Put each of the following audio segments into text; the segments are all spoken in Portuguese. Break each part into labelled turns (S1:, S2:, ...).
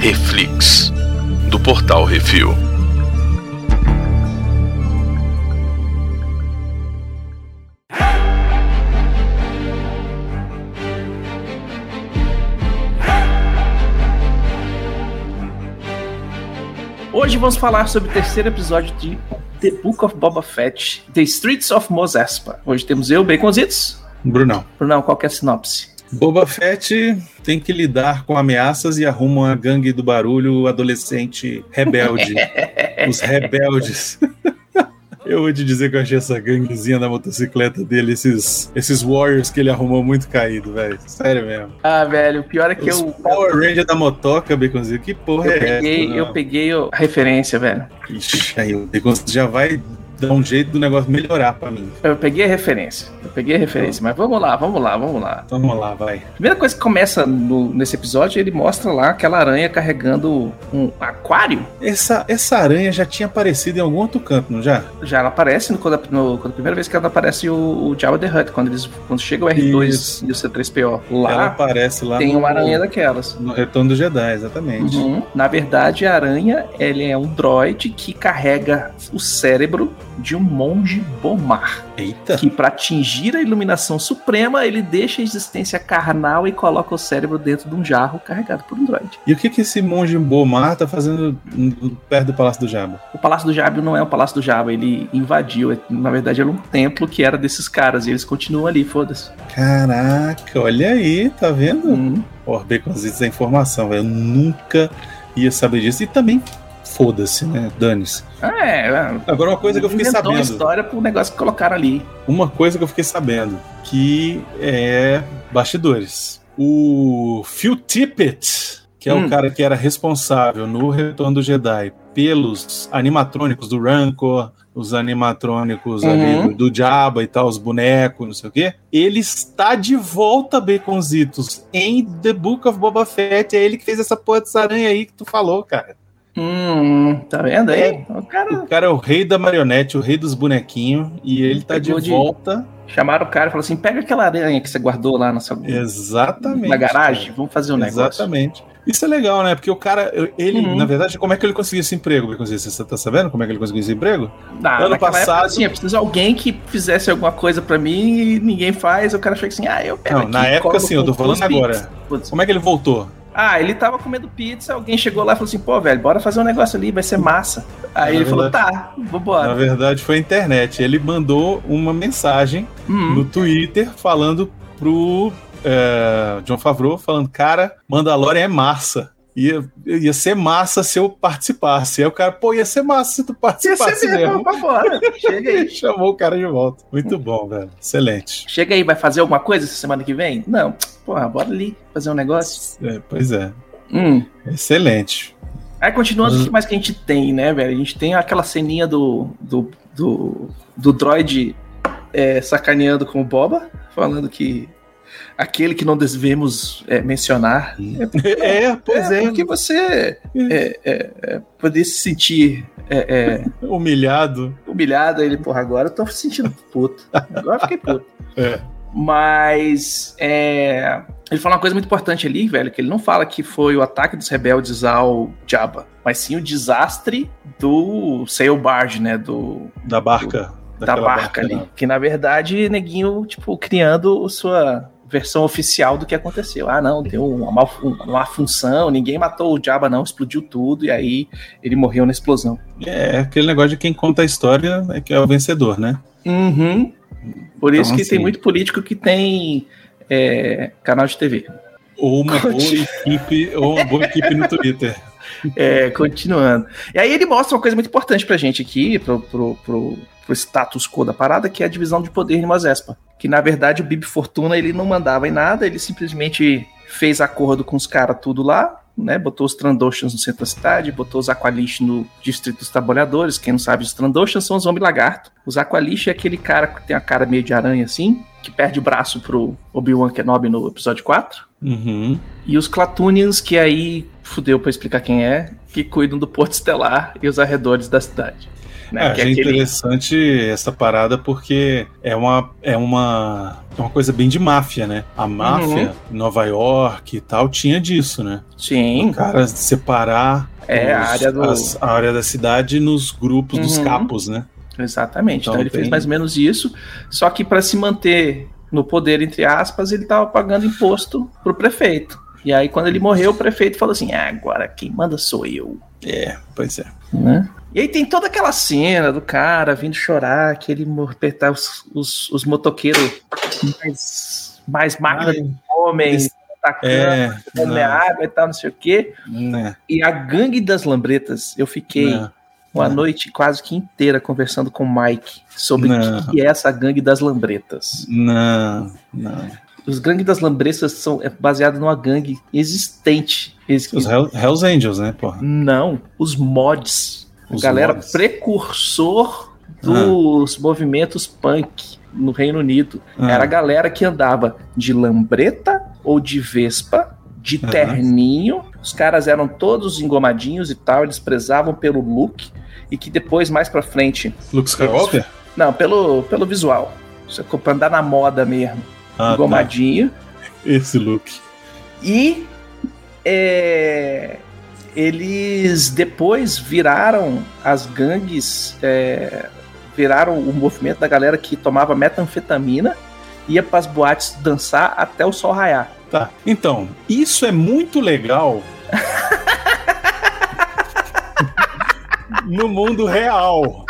S1: Reflix, do portal Refil.
S2: Hoje vamos falar sobre o terceiro episódio de The Book of Boba Fett, The Streets of Mos Espa. Hoje temos eu, Baconzitos.
S3: Brunão.
S2: Brunão, qual que é a sinopse?
S3: Boba Fett tem que lidar com ameaças e arruma uma gangue do barulho adolescente rebelde. Os rebeldes. Eu vou te dizer que eu achei essa ganguezinha da motocicleta dele, esses, esses Warriors que ele arrumou muito caído, velho. Sério mesmo.
S2: Ah, velho, o pior é que
S3: Os
S2: eu...
S3: Power Ranger da motoca, Baconzinho. Que porra
S2: Eu
S3: é
S2: peguei,
S3: essa?
S2: eu
S3: não?
S2: peguei a referência, velho.
S3: Ixi, aí o Baconzinho já vai dar um jeito do negócio melhorar pra mim.
S2: Eu peguei a referência. Eu peguei a referência, mas vamos lá, vamos lá, vamos lá.
S3: Então vamos lá, vai.
S2: Primeira coisa que começa no- nesse episódio, ele mostra lá aquela aranha carregando um aquário.
S3: Essa, essa aranha já tinha aparecido em algum outro canto, não já?
S2: Já ela aparece no, quando, a, no- quando a primeira vez que ela aparece o, o Jabba the Hutt, quando, eles, quando chega o R2
S3: Isso.
S2: e o C3PO
S3: Ela
S2: lá,
S3: aparece lá
S2: tem
S3: no-
S2: uma aranha daquelas.
S3: No Retorno do Jedi, exatamente.
S2: Uhum. Na verdade, a aranha ele é um droide que carrega o cérebro de um monge bomar.
S3: Eita!
S2: Que, para atingir a iluminação suprema, ele deixa a existência carnal e coloca o cérebro dentro de um jarro carregado por um droide.
S3: E o que, que esse monge Bomar tá fazendo hum, perto do Palácio do Jabba?
S2: O Palácio do Jabba não é o Palácio do Jabba, ele invadiu. é- Na verdade, era um templo que era desses caras e eles continuam ali, foda-se.
S3: Caraca, olha aí, tá vendo?
S2: Uhum.
S3: Ó, Baconzitos é informação, velho. Eu nunca ia saber disso. E também, foda-se, né? Dane-se.
S2: Ah, É, é.
S3: Agora, uma coisa que eu fiquei
S2: Inventou um uma
S3: sabendo.
S2: história pro negócio que colocaram ali.
S3: Uma coisa que eu fiquei sabendo, que é bastidores. O Phil Tippett, que é
S2: Hum.
S3: o cara que era responsável no Retorno do Jedi pelos animatrônicos do Rancor, os animatrônicos
S2: Uhum.
S3: ali do, do Jabba e tal, os bonecos, não sei o quê. Ele está de volta, Baconzitos, em The Book of Boba Fett. É ele que fez essa porra dessa aranha aí que tu falou, cara.
S2: Hum, tá vendo aí? O cara
S3: O cara é o rei da marionete, o rei dos bonequinhos, e ele tá de
S2: Pegou de-
S3: volta.
S2: Chamaram o cara e falaram assim: pega aquela aranha que você guardou lá na, sua,
S3: Exatamente.
S2: na garagem, vamos fazer um
S3: cara.
S2: negócio.
S3: Exatamente. Isso é legal, né? Porque o cara, eu- ele,
S2: Uhum.
S3: na verdade, como é que ele conseguiu esse emprego? Beconzinho? Você tá sabendo como é que ele conseguiu esse emprego?
S2: Ah,
S3: Ano
S2: naquela
S3: passado-
S2: época, assim, eu preciso de alguém que fizesse alguma coisa pra mim e ninguém faz. O cara chega assim: ah, eu pego.
S3: Não,
S2: aqui,
S3: na época,
S2: colo
S3: assim, eu tô
S2: com
S3: falando
S2: duas pizzas.
S3: agora.
S2: Putz.
S3: Como é que ele voltou?
S2: Ah, ele tava comendo pizza, alguém chegou lá e falou assim: pô, velho, bora fazer um negócio ali, vai ser massa. Aí
S3: Na
S2: ele falou:
S3: verdade-
S2: tá,
S3: Na
S2: vambora.
S3: verdade, foi a internet. Ele mandou uma mensagem
S2: Hum,
S3: no Twitter falando pro é, John Favreau, falando, cara, Mandalorian é massa. Ia, ia ser massa se eu participasse. Aí o cara, pô, ia ser massa se tu
S2: Ia ser
S3: participasse mesmo.
S2: mesmo, vambora. Chega aí.
S3: Ele chamou o cara de volta. Muito bom, velho. Excelente.
S2: Chega aí, vai fazer alguma coisa essa semana que vem? Não, porra, bora ali fazer um negócio.
S3: É, pois é.
S2: Hum.
S3: Excelente.
S2: Aí continuando, É, o que mais que a gente tem, né, velho? A gente tem aquela ceninha do, do, do, do droid é, sacaneando com o Boba, falando que aquele que não devemos é, mencionar.
S3: É, pois é.
S2: Porque você é, é, é, poder se sentir é, é,
S3: Humilhado.
S2: humilhado, ele, porra, agora eu tô sentindo puto. Agora eu fiquei puto.
S3: É.
S2: Mas é, ele fala uma coisa muito importante ali, velho, que ele não fala que foi o ataque dos rebeldes ao Jabba, mas sim o desastre do Sail Barge, né, do
S3: Da barca. né?
S2: da
S3: daquela
S2: barca ali,
S3: lá.
S2: que na verdade neguinho tipo criando o sua versão oficial do que aconteceu. Ah, não, deu uma mal uma função, ninguém matou o Jabba não, explodiu tudo e aí ele morreu na explosão.
S3: É, aquele negócio de quem conta a história é que é o vencedor, né?
S2: Uhum. Por isso
S3: Então,
S2: que tem
S3: assim-
S2: muito político que tem é, canal de TV.
S3: Ou uma boa
S2: Conte.
S3: equipe, ou uma boa equipe no Twitter.
S2: É, continuando. E aí ele mostra uma coisa muito importante pra gente aqui, pro, pro, pro, pro status quo da parada, que é a divisão de poder em Mos Espa. Que na verdade o Bib Fortuna ele não mandava em nada, ele simplesmente fez acordo com os caras tudo lá, né? Botou os Trandoshans no centro da cidade, botou os Aqualish no distrito dos trabalhadores. Quem não sabe, os Trandoshans são os homens lagarto. Os Aqualish é aquele cara que tem a cara meio de aranha assim, que perde o braço pro Obi-Wan Kenobi no episódio 4.
S3: Uhum.
S2: E os Clatunians, que aí fudeu pra explicar quem é, que cuidam do Porto Estelar e os arredores da cidade.
S3: Né? É, aquele... interessante essa parada porque é uma, é uma, é uma coisa bem de máfia, né? A máfia, uhum. Nova York e tal, tinha disso, né?
S2: Sim.
S3: O cara separar
S2: é, os, a, área do...
S3: as, a área da cidade nos grupos uhum. dos capos, né?
S2: Exatamente. Então, então ele tem... fez mais ou menos isso, só que para se manter no poder, entre aspas, ele estava pagando imposto pro prefeito. E aí, quando ele morreu, o prefeito falou assim: ah, agora quem manda sou eu.
S3: É, pois é.
S2: Né? E aí tem toda aquela cena do cara vindo chorar, que ele apertar os, os, os motoqueiros mais, mais magros do homem, esse... atacando, é, né? água e tal, não sei o quê.
S3: Né?
S2: E a gangue das lambretas, eu fiquei. Né? uma noite quase que inteira conversando com o Mike sobre o que, que é essa gangue das lambretas.
S3: Não, não.
S2: Os gangues das lambretas são é baseado numa gangue existente.
S3: Os Hell, Hells Angels, né, porra?
S2: Não, os mods. Os a galera mods. precursor dos ah. movimentos punk no Reino Unido. Ah. Era a galera que andava de lambreta ou de vespa, de ah. terninho. Os caras eram todos engomadinhos e tal, eles prezavam pelo look e que depois, mais pra frente.
S3: Luke Skywalker?
S2: Não, pelo, pelo visual. Isso é pra andar na moda mesmo. Ah, engomadinho.
S3: Tá. Esse look.
S2: E é, eles depois viraram as gangues, é, viraram o movimento da galera que tomava metanfetamina, ia pras boates dançar até o sol raiar.
S3: Tá, então, isso é muito legal no mundo real.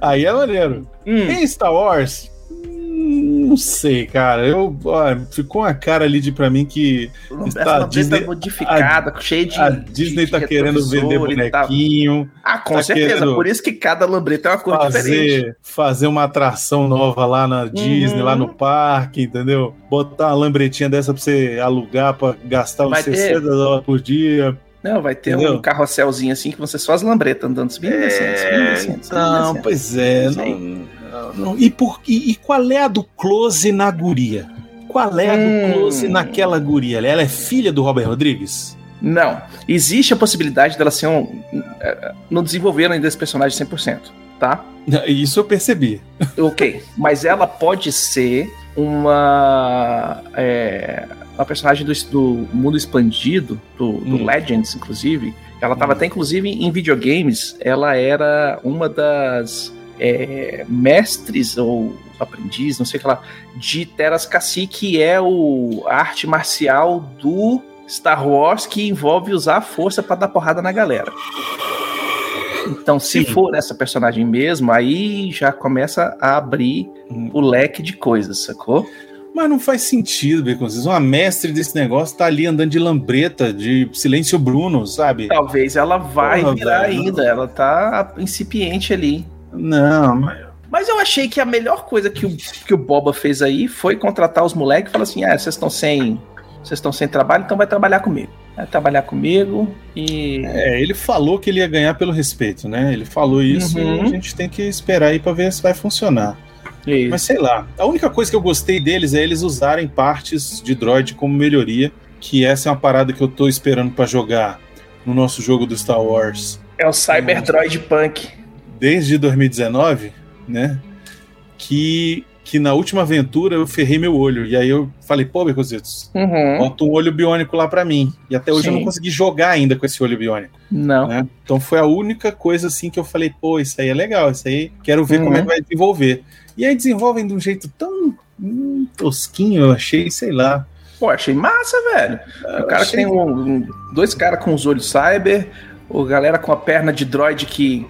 S3: Aí é maneiro. Hum. Em Star Wars, hum, não sei, cara. Eu ó, ficou uma cara ali de para mim que
S2: está, a Disney tá modificada, a, cheia de
S3: a Disney de, tá de querendo vender bonequinho.
S2: Ah, com tá certeza. Por isso que cada lambreta é uma coisa
S3: fazer,
S2: diferente.
S3: Fazer uma atração nova lá na Disney, uhum. lá no parque, entendeu? Botar uma lambretinha dessa para você alugar para gastar uns 60 dólares por dia.
S2: Não, vai ter Entendeu? um carrosselzinho assim que você só as lambretas andando, subindo
S3: É,
S2: e descendo, subindo e descendo.
S3: Não, descendo. pois é. Não, não, não. E, por, e, e, qual é a do close na guria? Qual é a hum. do close naquela guria? Ela é filha do Robert Rodrigues?
S2: Não. Existe a possibilidade dela ser um. Não desenvolveram ainda esse personagem 100%, tá?
S3: Isso eu percebi.
S2: Ok. Mas ela pode ser uma. É uma personagem do, do, mundo expandido, do, do hum. Legends, inclusive. Ela estava hum. até, inclusive, em videogames, ela era uma das é, mestres ou aprendiz, não sei o que lá, de Teras Cassi, que é o, a arte marcial do Star Wars que envolve usar a força para dar porrada na galera. Então, se Sim. for essa personagem mesmo, aí já começa a abrir hum. o leque de coisas, sacou?
S3: Mas não faz sentido, Beconzitos. Uma mestre desse negócio tá ali andando de lambreta, de silêncio bruno, sabe?
S2: Talvez ela vai Porra, virar velho. ainda, ela tá incipiente ali.
S3: Não, mas...
S2: Mas eu achei que a melhor coisa que o, que o Boba fez aí foi contratar os moleques e falar assim, ah, vocês estão sem... Vocês estão sem trabalho, então vai trabalhar comigo. Vai trabalhar comigo e.
S3: É, ele falou que ele ia ganhar pelo respeito, né? Ele falou isso uhum. e a gente tem que esperar aí pra ver se vai funcionar.
S2: é Isso.
S3: Mas sei lá. A única coisa que eu gostei deles é eles usarem partes de droid como melhoria, que essa é uma parada que eu tô esperando para jogar no nosso jogo do Star Wars.
S2: É o Cyber Droid Punk.
S3: Desde 2019, né? Que, que na última aventura eu ferrei meu olho. E aí eu falei, pô, Becositos,
S2: uhum.
S3: bota um olho biônico lá para mim. E até hoje Sim. eu não consegui jogar ainda com esse olho biônico.
S2: Não. Né?
S3: Então foi a única coisa assim que eu falei, pô, isso aí é legal, isso aí quero ver uhum. como é que vai desenvolver. E aí desenvolvem de um jeito tão hum, tosquinho, eu achei, sei lá.
S2: Pô, achei massa, velho. Eu o cara achei... tem um, um, dois caras com os olhos cyber, o galera com a perna de droid que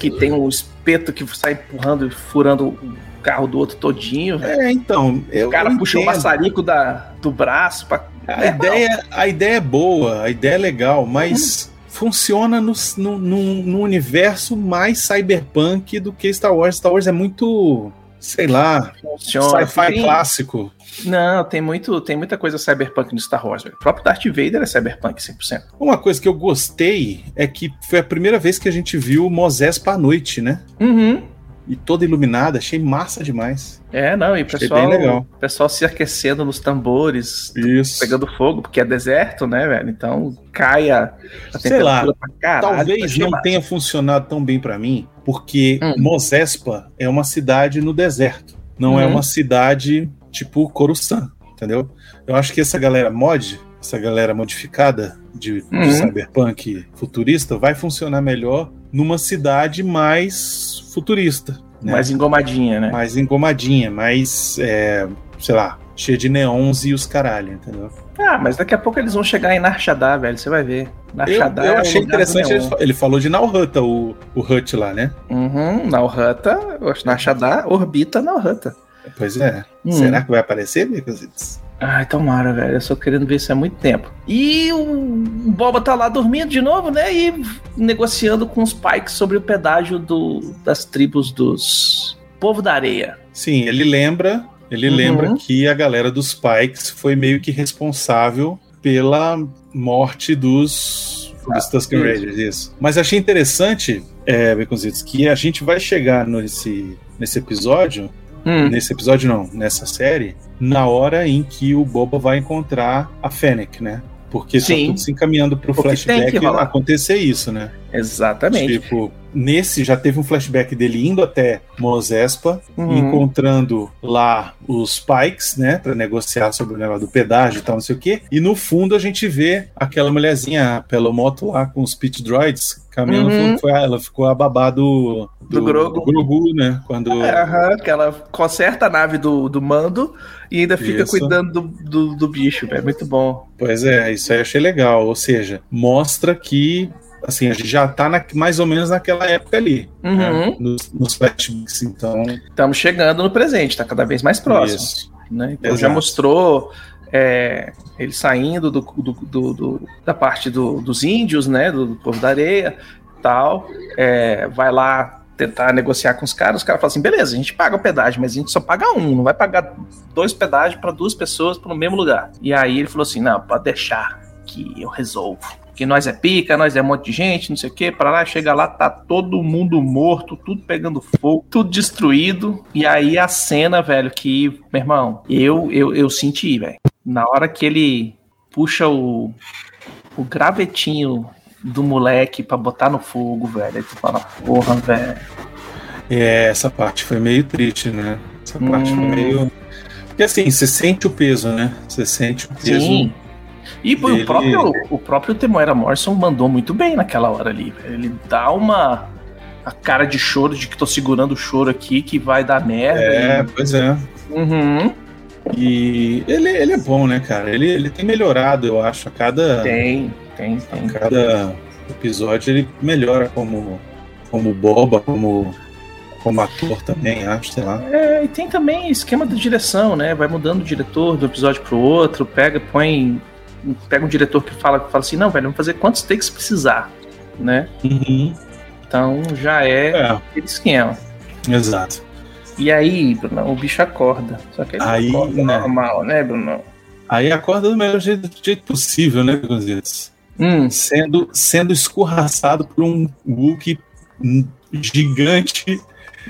S2: que tem um espeto que sai empurrando e furando o carro do outro todinho.
S3: Véio. É, então,
S2: eu o cara puxa o maçarico da, do braço para
S3: a é, ideia, não. a ideia é boa, a ideia é legal,
S2: Uhum.
S3: mas hum funciona no, no, no, universo mais cyberpunk do que Star Wars. Star Wars é muito, sei lá,
S2: um
S3: sci-fi clássico.
S2: Não, tem, muito, tem muita coisa cyberpunk no Star Wars. Velho. O próprio Darth Vader é cyberpunk 100%.
S3: Uma coisa que eu gostei é que foi a primeira vez que a gente viu Mosés pra noite, né?
S2: Uhum.
S3: e toda iluminada, achei massa demais.
S2: É, não, e o
S3: Achei
S2: pessoal,
S3: bem legal.
S2: o pessoal se aquecendo nos tambores,
S3: Isso.
S2: pegando fogo, porque é deserto, né, velho? Então cai a, a
S3: Sei lá,
S2: temperatura pra caralho. tá
S3: Talvez
S2: achei
S3: não
S2: massa.
S3: tenha funcionado tão bem pra mim, porque
S2: Hum.
S3: Mozespa é uma cidade no deserto, não é
S2: Uhum.
S3: uma cidade tipo Coruscant, entendeu? Eu acho que essa galera mod, essa galera modificada de, de
S2: Uhum.
S3: cyberpunk futurista, vai funcionar melhor numa cidade mais futurista, né?
S2: Mais engomadinha, né?
S3: mais engomadinha, mais, é, sei lá, cheia de neons e os caralho, entendeu?
S2: Ah, mas daqui a pouco eles vão chegar em Narchadá, velho. Você vai ver.
S3: Eu,
S2: Narchadá
S3: eu
S2: é o
S3: achei
S2: lugar do
S3: interessante, ele,
S2: neon.
S3: fa- ele falou de Nalhutta, o, o Hut lá, né?
S2: Uhum, Nauhata, Narchadá orbita Nauhata.
S3: Pois é.
S2: Hum.
S3: Será que vai aparecer, Micositos?
S2: Ai, tomara, velho. Eu só querendo ver isso há muito tempo. E o Boba tá lá dormindo de novo, né? E negociando com os Pikes sobre o pedágio do- das tribos dos Povo da Areia.
S3: Sim, ele lembra, ele
S2: Uhum.
S3: lembra que a galera dos Pikes foi meio que responsável pela morte dos, dos Tusken
S2: Ah, isso.
S3: Raiders, isso. Mas achei interessante, é, Baconzitos, que a gente vai chegar nesse, nesse episódio,
S2: Hum,
S3: nesse episódio não, nessa série, na hora em que o Boba vai encontrar a Fennec, né? Porque tá
S2: Sim.
S3: tudo se encaminhando pro
S2: Porque tem
S3: flashback
S2: que rolar.
S3: acontecer isso, né?
S2: exatamente.
S3: Tipo, nesse já teve um flashback dele indo até Mozespa,
S2: Uhum.
S3: encontrando lá os Pikes, né, Pra negociar sobre o negócio do pedágio e tal, não sei o quê. E no fundo a gente vê aquela mulherzinha pela moto lá com os pit droids caminhando.
S2: Uhum.
S3: Foi- ela ficou a babá do,
S2: Do Grogu.
S3: né? Quando
S2: É, Aham, que ela conserta a nave do, do mando e ainda fica
S3: Isso.
S2: cuidando do, do, do bicho, velho. Muito bom.
S3: Pois é, isso aí eu achei legal. Ou seja, mostra que assim a gente já tá na- mais ou menos naquela época ali, né,
S2: Uhum.
S3: nos, nos flashbacks. Então,
S2: Estamos chegando no presente, tá cada vez mais próximo.
S3: isso.
S2: né? Então já
S3: Exato.
S2: mostrou é, ele saindo do, do- do- do- da parte do- dos índios, né? Do, do povo da areia tal. É, vai lá tentar negociar com os caras. Os caras falam assim: beleza, a gente paga o pedágio, mas a gente só paga um, não vai pagar dois pedágios para duas pessoas para o mesmo lugar. E aí ele falou assim: não, pode deixar que eu resolvo. Que nós é pica, nós é um monte de gente, não sei o que, pra lá, chega lá, tá todo mundo morto, tudo pegando fogo, tudo destruído. E aí a cena, velho, que, meu irmão, eu eu, eu senti, velho. Na hora que ele puxa o, o gravetinho do moleque pra botar no fogo, velho. Aí tu fala, porra, velho.
S3: É, essa parte foi meio triste, né? Essa
S2: Hum.
S3: parte foi meio. Porque assim, você sente o peso, né? Você sente o peso.
S2: Sim. E pô,
S3: Ele-
S2: o próprio, o próprio Temoera Morrison mandou muito bem naquela hora ali. velho. Ele dá uma a cara de choro, de que tô segurando o choro aqui, que vai dar merda.
S3: É, pois é.
S2: E- Uhum.
S3: E ele, ele é bom, né, cara? Ele, ele tem melhorado, eu acho. A cada,
S2: Tem, tem,
S3: a
S2: tem.
S3: cada episódio ele melhora como, como boba, como, como ator também, acho, sei lá.
S2: É, e tem também esquema de direção, né? Vai mudando o diretor do episódio pro outro, pega, põe. Pega um diretor que fala, fala assim, não, velho, vamos fazer quantos takes precisar, né?
S3: Uhum.
S2: Então já é
S3: É,
S2: aquele esquema.
S3: exato.
S2: E aí, Bruno, o bicho acorda. Só que ele não
S3: Aí,
S2: acorda
S3: né?
S2: normal, né, Bruno?
S3: Aí acorda do melhor jeito, jeito possível, né, Gonzales?
S2: Hum,
S3: sendo, sendo escorraçado por um Wookiee gigante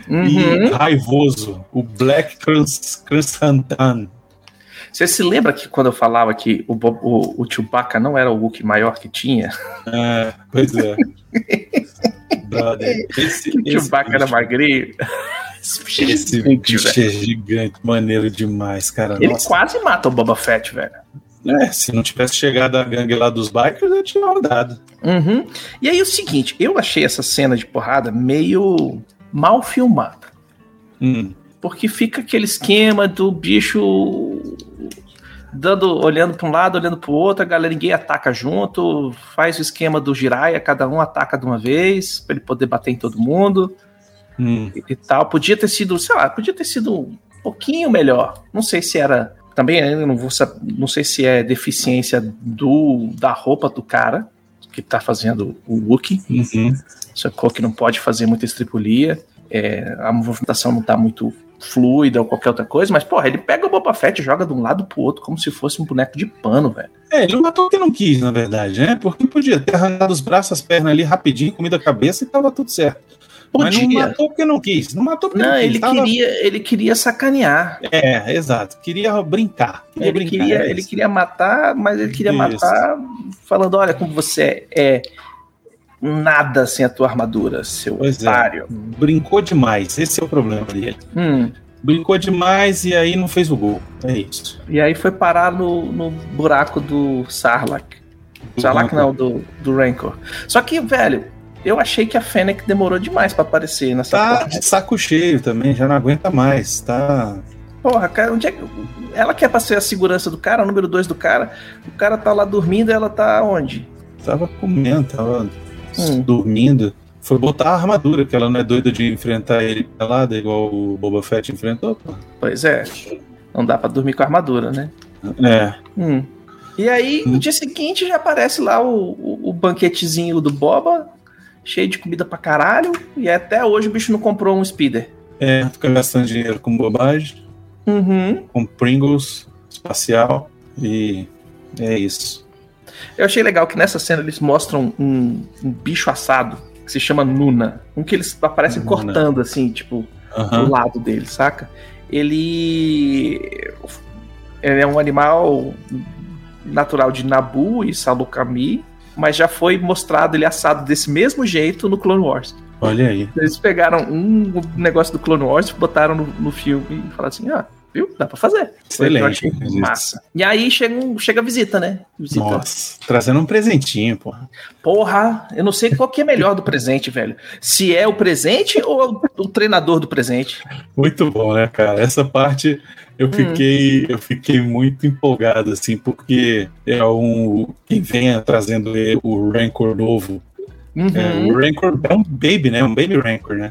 S3: e
S2: uhum.
S3: raivoso, o Black Crans- Cransantan.
S2: Você se lembra que quando eu falava que o, Bob- o, o Chewbacca não era o Wookiee maior que tinha?
S3: É, pois é. Brother, esse,
S2: Que o
S3: esse
S2: Chewbacca era
S3: bicho-
S2: magrinho? Esse bicho é
S3: Esse
S2: gigante,
S3: bicho
S2: velho.
S3: é gigante, maneiro demais, cara.
S2: Ele
S3: Nossa,
S2: quase mata o Boba Fett, velho.
S3: é, se não tivesse chegado a gangue lá dos bikers, eu tinha rodado.
S2: Uhum. E aí o seguinte, eu achei essa cena de porrada meio mal filmada.
S3: Hum,
S2: Porque fica aquele esquema do bicho dando, olhando para um lado, olhando para o outro, a galera ninguém ataca junto, faz o esquema do Jiraiya, cada um ataca de uma vez, para ele poder bater em todo mundo
S3: hum.
S2: e tal. Podia ter sido, sei lá, podia ter sido um pouquinho melhor. Não sei se era também, eu não vou sab- não sei se é deficiência do da roupa do cara que tá fazendo o look,
S3: uhum.
S2: sacou? Que não pode fazer muita estripulia, é, a movimentação não tá muito fluida ou qualquer outra coisa, mas, porra, ele pega o Boba Fett e joga de um lado pro outro como se fosse um boneco de pano, velho.
S3: É, ele matou porque não quis, na verdade, né? Porque podia ter arrancado os braços, as pernas ali rapidinho, comido a cabeça e tava tudo certo. Mas não
S2: Podia.
S3: matou porque não quis. Não matou porque
S2: Não,
S3: não quis.
S2: ele
S3: Tava-
S2: queria, ele queria sacanear.
S3: É, exato. Queria brincar. Queria
S2: Ele
S3: brincar.
S2: queria,
S3: é
S2: ele
S3: isso.
S2: queria matar, mas ele queria
S3: Isso.
S2: matar falando, olha como você é nada sem a tua armadura, seu
S3: Pois é.
S2: otário.
S3: Brincou demais. Esse é o problema dele.
S2: Hum,
S3: Brincou demais e aí não fez o gol. É isso.
S2: e aí foi parar no, no buraco do Sarlacc. Sarlacc não, é do, do Rancor. Só que, velho, eu achei que a Fennec demorou demais pra aparecer nessa
S3: Tá
S2: porra.
S3: de saco cheio também, já não aguenta mais. Tá.
S2: Porra, cara, onde é que. Ela quer pra ser a segurança do cara, o número dois do cara. O cara tá lá dormindo e ela tá onde?
S3: Tava comendo, tava
S2: Hum.
S3: dormindo. Foi botar a armadura, que ela não é doida de enfrentar ele pelada, igual o Boba Fett enfrentou. pô.
S2: Pois é. Não dá pra dormir com a armadura, né?
S3: É.
S2: Hum. E aí, no dia seguinte, já aparece lá o, o, o banquetezinho do Boba, cheio de comida pra caralho. E até hoje o bicho não comprou um speeder.
S3: É, fica gastando dinheiro com bobagem,
S2: Uhum.
S3: com Pringles, espacial, e é isso.
S2: Eu achei legal que nessa cena eles mostram um, um bicho assado que se chama Nuna. Um que eles aparecem
S3: Nuna.
S2: cortando, assim, tipo,
S3: Aham.
S2: do lado dele, saca? Ele. Ele é um animal natural de Nabu e Salukami, mas já foi mostrado ele assado desse mesmo jeito no Clone Wars.
S3: Olha aí.
S2: Eles pegaram um negócio do Clone Wars, botaram no, no filme e falaram assim: ah, viu? Dá pra fazer. Eu achei
S3: Excelente.
S2: Massa. E aí chega, um- chega a visita, né? Visita.
S3: Nossa, trazendo um presentinho, pô.
S2: Porra, eu não sei qual que é melhor do presente, velho. Se é o presente ou é o, o treinador do presente.
S3: Muito bom, né, cara? Essa parte
S2: Hum.
S3: eu fiquei, eu fiquei muito empolgado, assim, porque é um. Quem vem trazendo ele- o Rancor novo. É,
S2: Uhum.
S3: o Rancor é um baby, né? Um baby Rancor, né?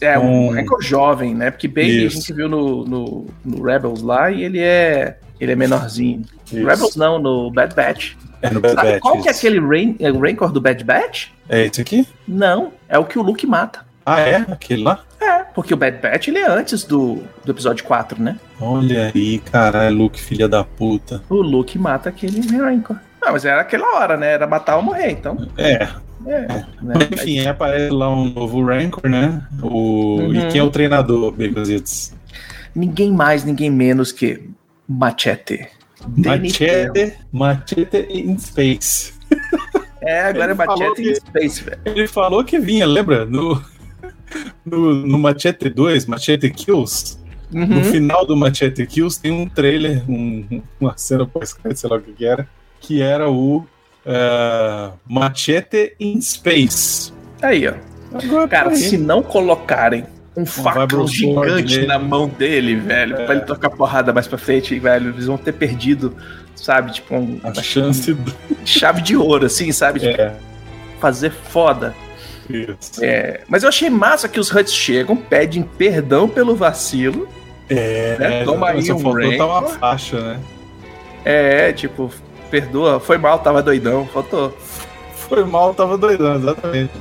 S2: É um
S3: Um-
S2: Michael jovem, né? Porque Baby
S3: Isso.
S2: a gente viu no, no, no Rebels lá e ele é ele é menorzinho. Rebels não, no Bad Batch.
S3: É no Bad
S2: Sabe
S3: Batch.
S2: qual que é
S3: isso.
S2: aquele rain, é, Rancor do Bad Batch?
S3: É esse aqui?
S2: Não, é o que o Luke mata.
S3: Ah, é? Aquele lá?
S2: É, porque o Bad Batch ele é antes do, do episódio 4, né?
S3: Olha aí, caralho, Luke, filha da puta.
S2: O Luke mata aquele Rancor. Ah, mas era aquela hora, né? Era matar ou morrer, então.
S3: É,
S2: É, né?
S3: mas enfim, aí aparece lá um novo Rancor, né? O...
S2: Uhum.
S3: E quem é o treinador, Baconzitos?
S2: Ninguém mais, ninguém menos que Machete.
S3: Machete, Machete in Space.
S2: É, agora
S3: Ele
S2: é
S3: falou
S2: Machete
S3: que-
S2: em Space, velho.
S3: Ele falou que vinha, lembra? No, no, no Machete 2, Machete Kills. No
S2: Uhum.
S3: final do Machete Kills tem um trailer, um, uma cena pós sei lá o que, que era, que era o ah, Machete in Space.
S2: Aí, ó.
S3: Agora,
S2: Cara,
S3: peraí.
S2: se não colocarem um facão
S3: vibro sword
S2: gigante
S3: nele.
S2: na mão dele, velho, pra ele tocar porrada mais pra frente, velho, eles vão ter perdido, sabe, tipo, um-
S3: a chance do.
S2: uma chave de ouro, assim, sabe, de
S3: É,
S2: fazer foda.
S3: isso.
S2: É, mas eu achei massa que os Huts chegam, pedem perdão pelo vacilo,
S3: É,
S2: né? Toma aí
S3: só
S2: um
S3: faltou
S2: rank.
S3: tá uma faixa, né?
S2: é, tipo, perdoa, foi mal, tava doidão, faltou.
S3: Foi mal, tava doidão, exatamente.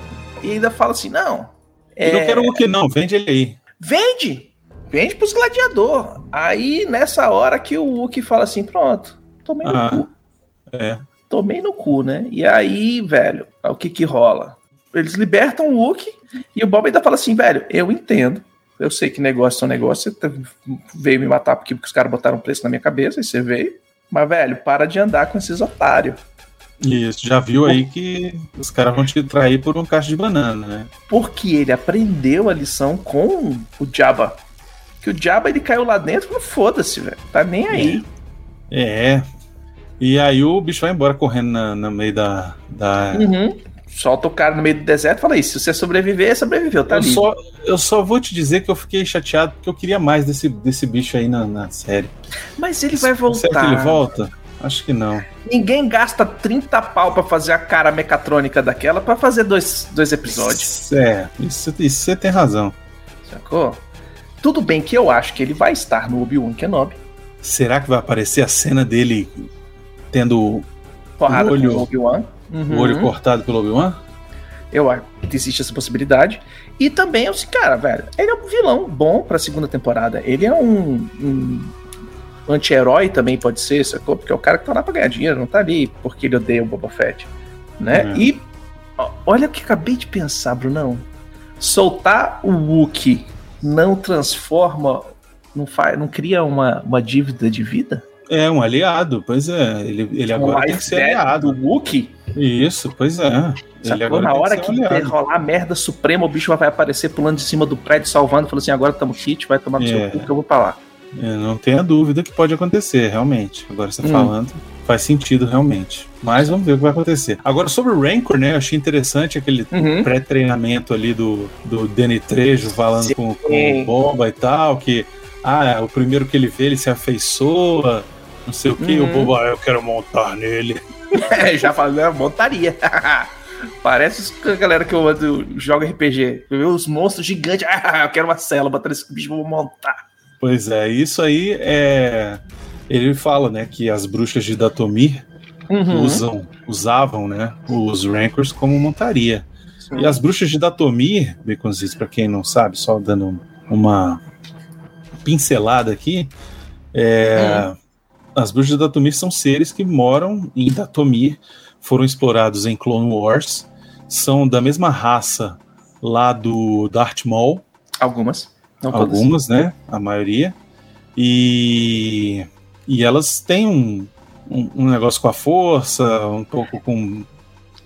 S2: E ainda fala assim, não,
S3: Eu não
S2: é,
S3: quero o que não, vende ele aí.
S2: vende, vende pros gladiador. Aí, nessa hora que o Wookie fala assim, pronto, tomei no
S3: Ah.
S2: cu.
S3: É.
S2: tomei no cu, né? E aí, velho, o que que rola? Eles libertam o Luke e o Bob ainda fala assim, velho, eu entendo. Eu sei que negócio é um negócio, você tá- veio me matar porque os caras botaram um preço na minha cabeça e você veio. Mas, velho, para de andar com esses otários.
S3: Isso, já viu aí que os caras vão te trair por um cacho de banana, né?
S2: Porque ele aprendeu a lição com o Jabba. Que o Jabba, ele caiu lá dentro e falou, foda-se, velho. Tá nem aí.
S3: É. E aí o bicho vai embora correndo na, no meio da. da...
S2: Uhum. Solta o cara no meio do deserto e fala isso. Se você sobreviver, sobreviveu, tá
S3: Eu,
S2: livre.
S3: só, eu só vou te dizer que eu fiquei chateado porque eu queria mais desse, desse bicho aí na, na série.
S2: Mas ele vai voltar.
S3: Será que ele volta? Acho que não.
S2: Ninguém gasta 30 pau pra fazer a cara mecatrônica daquela pra fazer dois, dois episódios,
S3: É, isso, isso você tem razão.
S2: sacou? Tudo bem que eu acho que ele vai estar no Obi-Wan Kenobi.
S3: Será que vai aparecer a cena dele tendo
S2: Porrada
S3: O olho-
S2: com o Obi-Wan. Uhum.
S3: o olho cortado pelo Obi-Wan?
S2: Eu acho que existe essa possibilidade. E também, assim, cara, velho, ele é um vilão bom pra segunda temporada. Ele é um, um anti-herói também, pode ser, sacou? Porque é o cara que tá lá pra ganhar dinheiro, não tá ali porque ele odeia o Boba Fett, né?
S3: É.
S2: E ó, olha o que eu acabei de pensar, Brunão. Soltar o Wookie não transforma, não, faz, não cria uma, uma dívida de vida?
S3: É, um aliado, pois é. Ele, ele
S2: Um
S3: agora tem que ser aliado.
S2: O Wookie?
S3: Isso, pois é. Ele
S2: Sacou? Na
S3: tem
S2: hora
S3: ser
S2: que,
S3: um aliado.
S2: rolar a merda suprema, o bicho vai aparecer pulando de cima do prédio, salvando, falando assim: agora estamos kit, vai tomar no
S3: É.
S2: seu cu que eu vou pra lá.
S3: Eu É, não tenha dúvida que pode acontecer, realmente. Agora você tá
S2: Hum.
S3: falando, faz sentido, realmente. Mas vamos ver o que vai acontecer. Agora, sobre o Rancor, né? Eu achei interessante aquele
S2: Uhum.
S3: pré-treinamento ali do, do Danny Trejo falando com, com
S2: Sim.
S3: o Boba e tal, que ah, o primeiro que ele vê, ele se afeiçoa, não sei o que,
S2: Uhum.
S3: o Boba, "Ah, eu quero montar nele.
S2: É, já falei, é, montaria. Parece os- a galera que eu ando, joga RPG. Eu vejo os monstros gigantes. Ah, eu quero uma célula, bater esse bicho, vou montar.
S3: Pois é, isso aí é. Ele fala, né, que as bruxas de Datomir
S2: Uhum.
S3: Uhum. usam, usavam, né, os Rancors como montaria.
S2: Sim.
S3: E as bruxas de Datomir, Baconzitos, para quem não sabe, só dando uma pincelada aqui, é, as bruxas de Datomir são seres que moram em Datomir, foram explorados em Clone Wars, são da mesma raça lá do Darth Maul,
S2: Algumas. Não todas.
S3: algumas, né, a maioria, e, e elas têm um, um, um negócio com a força, um pouco com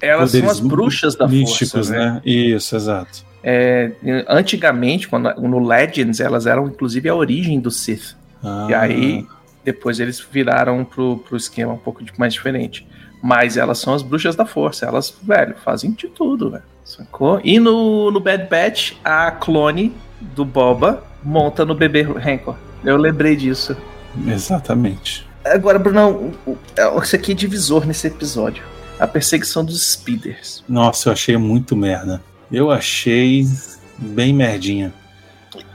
S2: Elas são
S3: Poderes
S2: as bruxas da
S3: místicos,
S2: força, né?
S3: né? Isso, exato.
S2: É, antigamente, quando, no Legends, elas eram inclusive a origem do Sith. E
S3: Ah,
S2: aí, depois eles viraram pro, pro esquema um pouco de- mais diferente. Mas elas são as bruxas da força. Elas, velho, fazem de tudo, velho. Sacou? E no, no Bad Batch, a clone do Boba monta no bebê Rancor. Eu lembrei disso.
S3: Exatamente.
S2: Agora, Brunão, o- o- isso aqui é divisor nesse episódio. A perseguição dos speeders.
S3: Nossa, eu achei muito merda. Eu achei bem merdinha.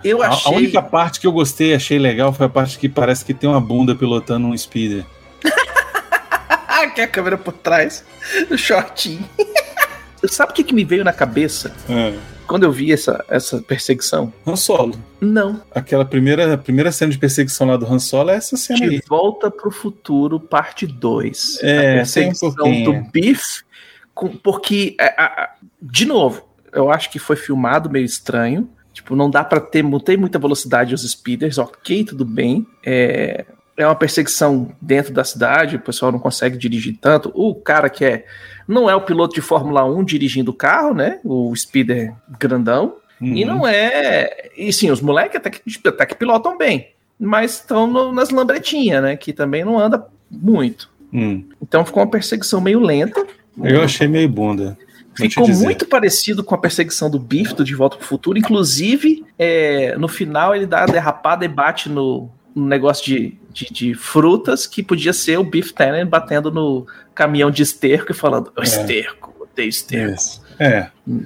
S2: Eu
S3: A-
S2: achei.
S3: A, única parte que eu gostei, achei legal, foi a parte que parece que tem uma bunda pilotando um speeder.
S2: Ah, que a câmera por trás. O shortinho. Sabe o que, que me veio na cabeça quando eu vi essa, essa perseguição?
S3: Han Solo.
S2: Não.
S3: Aquela primeira, a primeira cena de perseguição lá do Han Solo é essa cena
S2: De
S3: aí.
S2: Volta pro Futuro, parte 2.
S3: É, tem um
S2: a perseguição
S3: pouquinho.
S2: do Biff, com- porque, é, a- a- de novo, eu acho que foi filmado meio estranho. Tipo, não dá pra ter, não tem muita velocidade os speeders, ok, tudo bem. É, é uma perseguição dentro da cidade, o pessoal não consegue dirigir tanto. O cara que é, não é o piloto de Fórmula 1 dirigindo o carro, né? O speeder grandão. E não é. E sim, os moleques até que, até que pilotam bem, mas estão no- nas lambretinhas, né? Que também não anda muito.
S3: Hum.
S2: Então ficou uma perseguição meio lenta.
S3: Eu achei meio bunda. vou te
S2: Ficou
S3: dizer.
S2: muito parecido com a perseguição do Biff do De Volta pro Futuro. Inclusive, é, no final ele dá a derrapada e bate no, no negócio de, de, de frutas, que podia ser o Biff Tannen batendo no caminhão de esterco e falando: "Eu
S3: É.
S2: esterco, odeio esterco.
S3: É.
S2: Hum.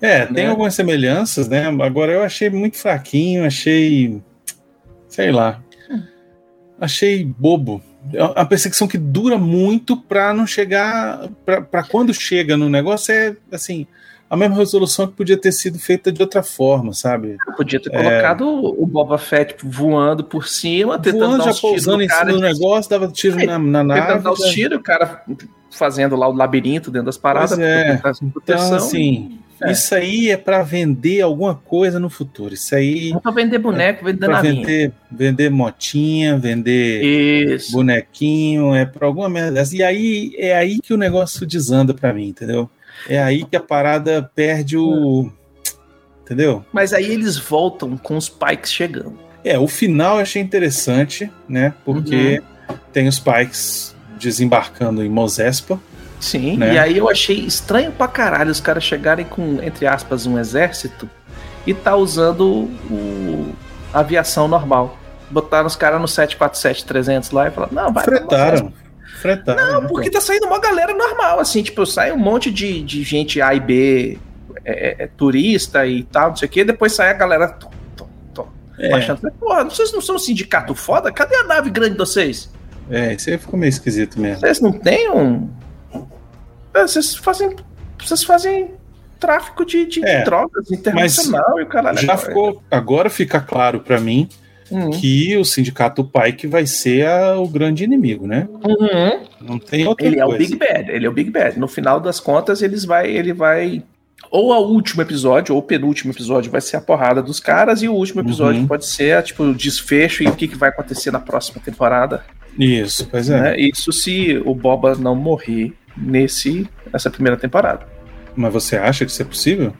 S3: É, tem
S2: Né?
S3: algumas semelhanças, né? Agora eu achei muito fraquinho, achei. Sei lá. Achei bobo. É uma perseguição que dura muito pra não chegar. pra pra quando chega no negócio é assim. A mesma resolução que podia ter sido feita de outra forma, sabe?
S2: Podia
S3: É.
S2: ter colocado o Boba Fett voando por cima, Ah, tentando
S3: Voando,
S2: dar
S3: já
S2: uns tiros
S3: pousando
S2: no
S3: em cima
S2: cara É,
S3: do negócio, dava tiro na, na
S2: tentando
S3: nave.
S2: dar os
S3: né?
S2: tiros, tá o cara fazendo lá o labirinto dentro das paradas,
S3: Pois é.
S2: pra tentar essa proteção.
S3: Então, assim,
S2: É.
S3: isso aí é pra vender alguma coisa no futuro. Isso aí
S2: Não É pra vender boneco, vender
S3: Pra
S2: na linha.
S3: vender, vender motinha, vender
S2: Isso.
S3: bonequinho, é pra alguma merda. dessa. E aí é aí que o negócio desanda pra mim, entendeu? É aí que a parada perde o. Entendeu?
S2: Mas aí eles voltam com os Pikes chegando.
S3: É, o final eu achei interessante, né? Porque
S2: Uhum.
S3: tem os Pikes desembarcando em Mosespa.
S2: Sim,
S3: Né?
S2: e aí eu achei estranho pra caralho os caras chegarem com, entre aspas, um exército e tá usando o, a aviação normal. Botaram os caras no 747-300 lá e falaram, não, vai.
S3: fretaram. Fretaram.
S2: Não,
S3: né,
S2: porque tá saindo uma galera normal, assim, tipo, sai um monte de, de gente A e B, é, é, é, turista e tal, não sei o quê, depois sai a galera tom, tom, tom,
S3: pô? é,
S2: baixando. Porra, vocês não são um sindicato foda? Cadê a nave grande de vocês?
S3: é, isso aí ficou meio esquisito mesmo.
S2: Vocês não têm um. É, Vocês fazem. Vocês fazem tráfico de, de
S3: É,
S2: drogas internacional e o caralho.
S3: Já
S2: agora.
S3: ficou. Agora fica claro pra mim
S2: Uhum.
S3: que o sindicato Pike vai ser a- o grande inimigo, né?
S2: Uhum.
S3: Não tem outra
S2: Ele é o
S3: coisa.
S2: Big Bad, ele é o Big Bad. No final das contas, eles vai, ele vai Ou o último episódio, ou o penúltimo episódio vai ser a porrada dos caras, e o último episódio
S3: Uhum.
S2: pode ser tipo o desfecho e o que, que vai acontecer na próxima temporada.
S3: Isso, pois é.
S2: né? Isso se o Boba não morrer nesse nessa primeira temporada.
S3: Mas você acha que isso é possível?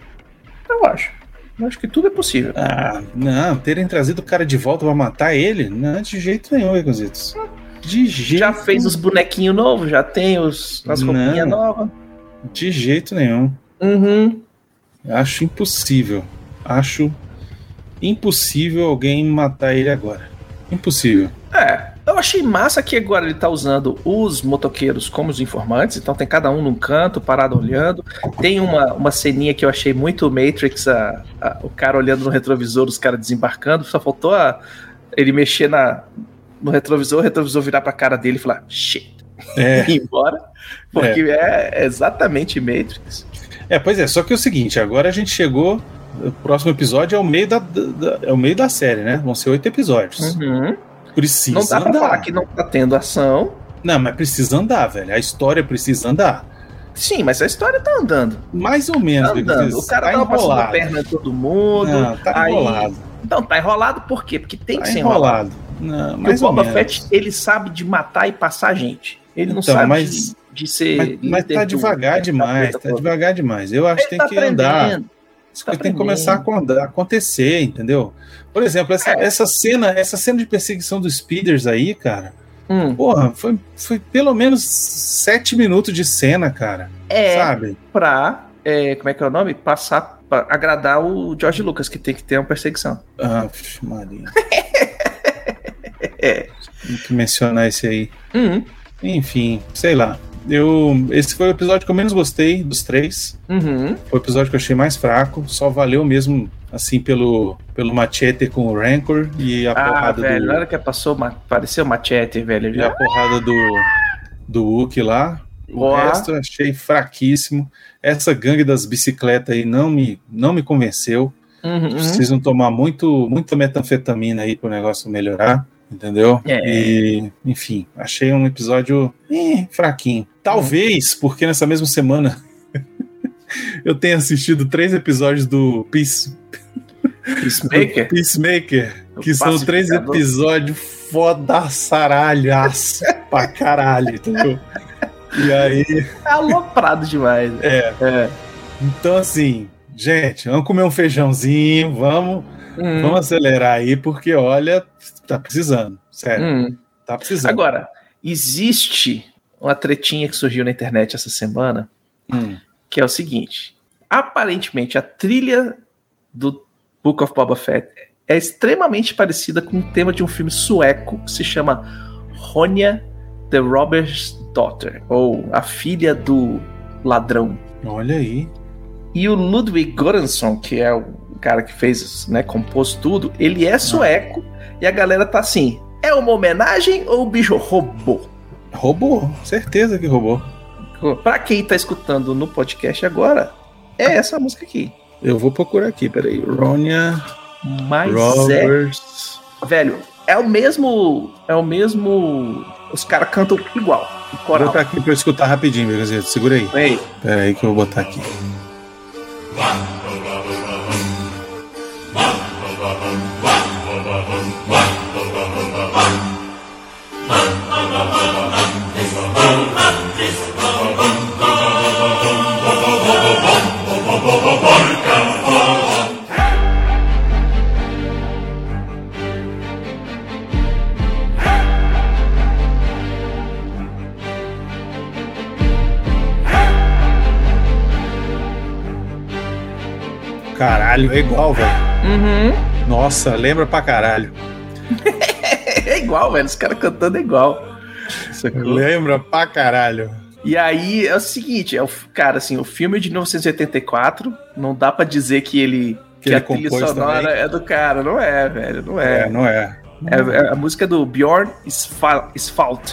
S2: Eu acho. Eu acho que tudo é possível.
S3: Ah, não, terem trazido o cara de volta pra matar ele? Não, de jeito nenhum, Egonzitos. De jeito
S2: Já fez os bonequinhos novos, já tem os,
S3: Né?
S2: as roupinhas
S3: Não.
S2: novas.
S3: De jeito nenhum.
S2: Uhum.
S3: Acho impossível. Acho impossível alguém matar ele agora. Impossível.
S2: É. Eu achei massa que agora ele tá usando os motoqueiros como os informantes, então tem cada um num canto, parado olhando. Tem uma, uma ceninha que eu achei muito Matrix, a- a- o cara olhando no retrovisor, os caras desembarcando, só faltou a- ele mexer na, no retrovisor, o retrovisor virar pra cara dele e falar, shit,
S3: É.
S2: e ir embora, porque é, exatamente Matrix.
S3: É, pois é, só que é o seguinte, agora a gente chegou. O próximo episódio é o meio da, da- da- é o meio da série, né? Vão ser oito episódios. Precisa
S2: É. Não dá pra
S3: andar.
S2: falar que não tá tendo ação.
S3: Não, mas precisa andar, velho. A história precisa andar.
S2: Sim, mas a história tá andando.
S3: Mais ou menos,
S2: Tá andando.
S3: Egonzitos.
S2: O cara
S3: tá
S2: tava passando a
S3: enrolado.
S2: perna em todo mundo.
S3: Não, tá
S2: aí-
S3: enrolado.
S2: Então, tá enrolado por quê? Porque tem que
S3: Tá
S2: ser enrolado.
S3: enrolado. Não,
S2: Porque o
S3: mais ou
S2: Boba
S3: menos.
S2: Fett, ele sabe de matar e passar gente. Ele não
S3: Então,
S2: sabe
S3: mas-
S2: de, de um ser.
S3: Mas, mas
S2: líder
S3: tá
S2: do-
S3: devagar
S2: da
S3: demais,
S2: coisa
S3: tá
S2: toda.
S3: devagar demais. Eu acho que tem
S2: Ele tá
S3: que andar.
S2: aprendendo.
S3: Isso
S2: tá
S3: que tem que começar a acordar- acontecer, entendeu? Por exemplo, essa,
S2: É.
S3: essa cena, essa cena de perseguição dos speeders aí, cara,
S2: Hum,
S3: porra, foi, foi pelo menos sete minutos de cena, cara.
S2: é
S3: Sabe?
S2: pra. é, como é que é o nome? Passar. Pra agradar o George Lucas, que tem que ter uma perseguição.
S3: Ah, pff, Maria. Tem que mencionar esse aí.
S2: Uhum,
S3: Enfim, sei lá. Eu, esse foi o episódio que eu menos gostei dos três.
S2: uhum.
S3: Foi o episódio que eu achei mais fraco. Só valeu mesmo, assim, pelo, pelo machete com o Rancor e a
S2: Ah,
S3: Tá porrada
S2: velho, na
S3: do.
S2: hora que passou, ma- apareceu o machete, velho.
S3: E a
S2: Já...
S3: porrada do, do Hulk lá. O
S2: Ó.
S3: resto eu achei fraquíssimo. Essa gangue das bicicletas aí não me, não me convenceu.
S2: Uhum, uhum.
S3: Precisam tomar muito, muita metanfetamina aí pro negócio melhorar. Entendeu?
S2: É.
S3: E, enfim, achei um episódio eh, fraquinho. Talvez porque nessa mesma semana eu tenha assistido três episódios do Peace,
S2: Peacemaker?
S3: Peacemaker,
S2: O
S3: que são três
S2: pacificador.
S3: episódios foda saralhaço pra caralho, entendeu? E aí,
S2: É aloprado demais. né?
S3: É. então assim, gente, vamos comer um feijãozinho, vamos,
S2: Hum,
S3: vamos acelerar aí, porque olha, tá precisando, sério,
S2: hum.
S3: tá precisando.
S2: Agora, existe uma tretinha que surgiu na internet essa semana,
S3: Hum,
S2: que é o seguinte. Aparentemente, a trilha do Book of Boba Fett é extremamente parecida com o tema de um filme sueco que se chama Ronja the Robber's Daughter, ou A Filha do Ladrão.
S3: olha aí,
S2: E o Ludwig Göransson, que é o cara que fez, né, compôs tudo, ele é sueco e a galera tá assim: é uma homenagem ou o bicho roubou?
S3: roubou, certeza que roubou.
S2: Pra quem tá escutando no podcast agora, é essa música aqui.
S3: Eu vou procurar aqui, peraí, Ronya
S2: Mas
S3: Roberts.
S2: é, velho, é o mesmo, é o mesmo, os caras cantam igual, o
S3: Vou
S2: coral.
S3: botar aqui pra eu escutar rapidinho, beleza? Segura aí.
S2: Ei,
S3: Pera aí que eu vou botar aqui. Caralho, é igual, velho.
S2: uhum.
S3: Nossa, lembra pra caralho.
S2: é igual, velho, os caras cantando é igual.
S3: é
S2: Sacou?
S3: Lembra pra caralho.
S2: E aí é o seguinte, é o, cara, assim, o filme de 1984, não dá pra dizer que ele que,
S3: Que ele
S2: a trilha
S3: compôs
S2: sonora
S3: também.
S2: é do cara, não é, velho, não
S3: É,
S2: é.
S3: não é.
S2: É, é a música do Bjorn Sfa- Sfalt.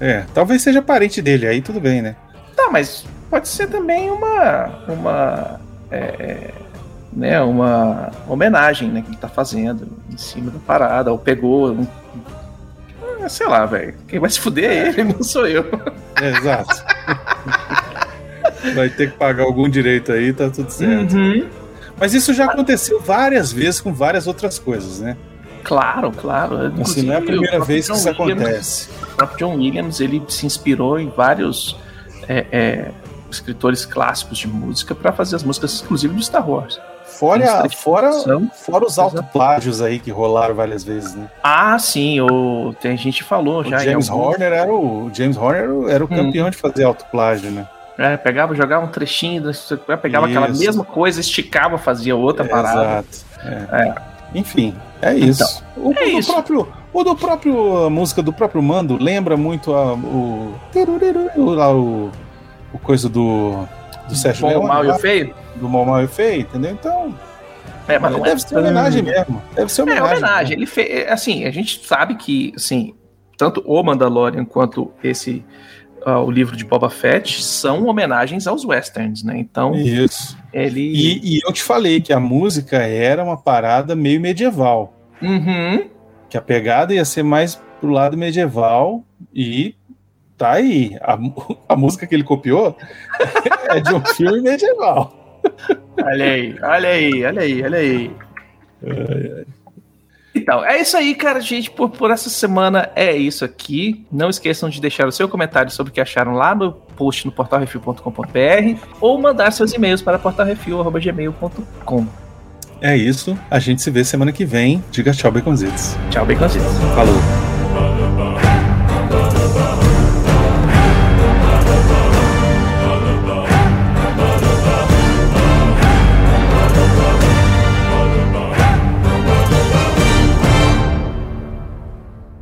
S3: É, talvez seja parente dele, aí tudo bem, né?
S2: Tá, mas pode ser também uma uma é, é, né, uma homenagem, né, que ele tá fazendo em cima da parada, ou pegou um- ah, Sei é lá, velho. Quem vai se fuder é ele, não sou eu.
S3: Exato. Vai ter que pagar algum direito aí, tá tudo certo.
S2: Uhum.
S3: Mas isso já aconteceu várias vezes com várias outras coisas, né?
S2: Claro, claro.
S3: Assim, não é
S2: Inclusive,
S3: a primeira
S2: o próprio
S3: vez que
S2: John
S3: isso
S2: Williams-
S3: acontece.
S2: O próprio John Williams ele se inspirou em vários é, é, escritores clássicos de música para fazer as músicas, inclusive do Star Wars.
S3: Fora, fora,
S2: São-
S3: fora os autoplágios aí que rolaram várias vezes, né?
S2: Ah, sim, o, tem gente que falou
S3: O
S2: já. em Hum.
S3: James
S2: algum-
S3: Horner era o, o James Horner era o- era o campeão de fazer autoplágio, né?
S2: É, pegava, jogava um trechinho, pegava aquela
S3: Isso.
S2: mesma coisa, esticava, fazia outra parada.
S3: Exato. É. Enfim, é isso. o, o
S2: é
S3: do
S2: isso.
S3: próprio, o do próprio a música do próprio Mando lembra muito a, o, o lá o, o coisa do do Sérgio
S2: Bom,
S3: Leone,
S2: mal e
S3: lá,
S2: o feio?
S3: do mal, mal e feio, entendeu? Então,
S2: É, mas não é
S3: deve ser homenagem mesmo. Deve ser
S2: É,
S3: homenagem. né?
S2: homenagem. Ele fez. Assim, a gente sabe que, assim, tanto o Mandalorian quanto esse. ah, o livro de Boba Fett são homenagens aos westerns, né? Então,
S3: Isso.
S2: ele.
S3: E, e eu te falei que a música era uma parada meio medieval,
S2: Uhum.
S3: que a pegada ia ser mais pro lado medieval e tá aí a, mu- a música que ele copiou é de um filme medieval.
S2: Olha aí, olha aí, olha aí, olha aí. Então, é isso aí, cara, gente. Por, por essa semana é isso aqui. Não esqueçam de deixar o seu comentário sobre o que acharam lá no post no portalrefil.com.br ou mandar seus e-mails para portalrefil.gmail.com.
S3: É isso. A gente se vê semana que vem. Diga tchau, Baconzitos.
S2: Tchau, bem
S3: Falou.